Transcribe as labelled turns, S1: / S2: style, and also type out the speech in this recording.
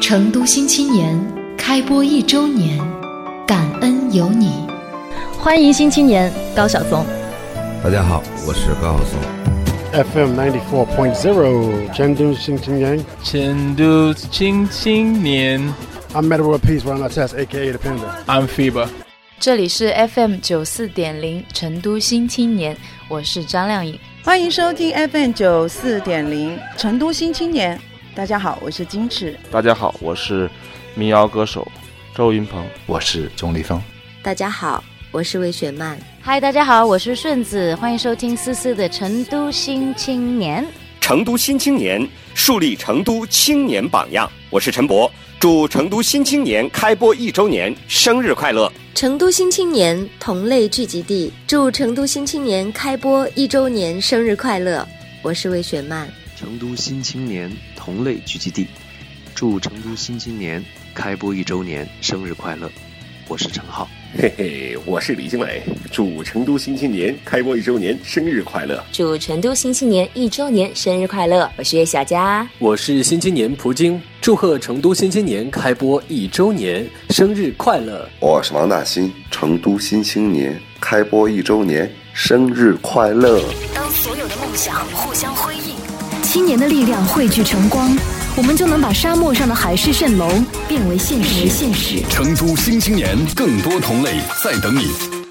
S1: 成都新青年开播一周年，感恩有你。
S2: 欢迎新青年高晓松。
S3: 大家好，我是高晓松。
S4: FM ninety four point zero，成都新青年。
S5: 成都新青年
S4: I'm Metal World Peace, Ron Artest, aka the Panda.
S5: ，I'm Fiba。
S6: 这里是 FM 九四点零成都新青年，我是张靓颖。
S7: 欢迎收听 FM 九四点零成都新青年。大家好，我是金池。
S8: 大家好，我是民谣歌手周云鹏。
S9: 我是钟立峰。
S10: 大家好，我是魏雪曼。
S2: 嗨，大家好，我是顺子，欢迎收听思思的《成都新青年》。
S11: 成都新青年，树立成都青年榜样。我是陈博，祝成都新青年开播一周年生日快乐！
S10: 成都新青年同类聚集地，祝成都新青年开播一周年生日快乐！我是魏雪曼。
S12: 成都新青年同类聚集地，祝成都新青年开播一周年生日快乐！我是陈浩。
S13: 嘿嘿，我是李金磊，祝成都新青年开播一周年生日快乐！
S14: 祝成都新青年一周年生日快乐！我是岳小佳，
S15: 我是新青年蒲京，祝贺成都新青年开播一周年生日快乐！
S16: 我是王大新，成都新青年开播一周年生日快乐！
S17: 当所有的梦想互相辉映，
S18: 青年的力量汇聚成光，我们就能把沙漠上的海市蜃楼变为现实。
S19: 成都新青年，更多同类在等你。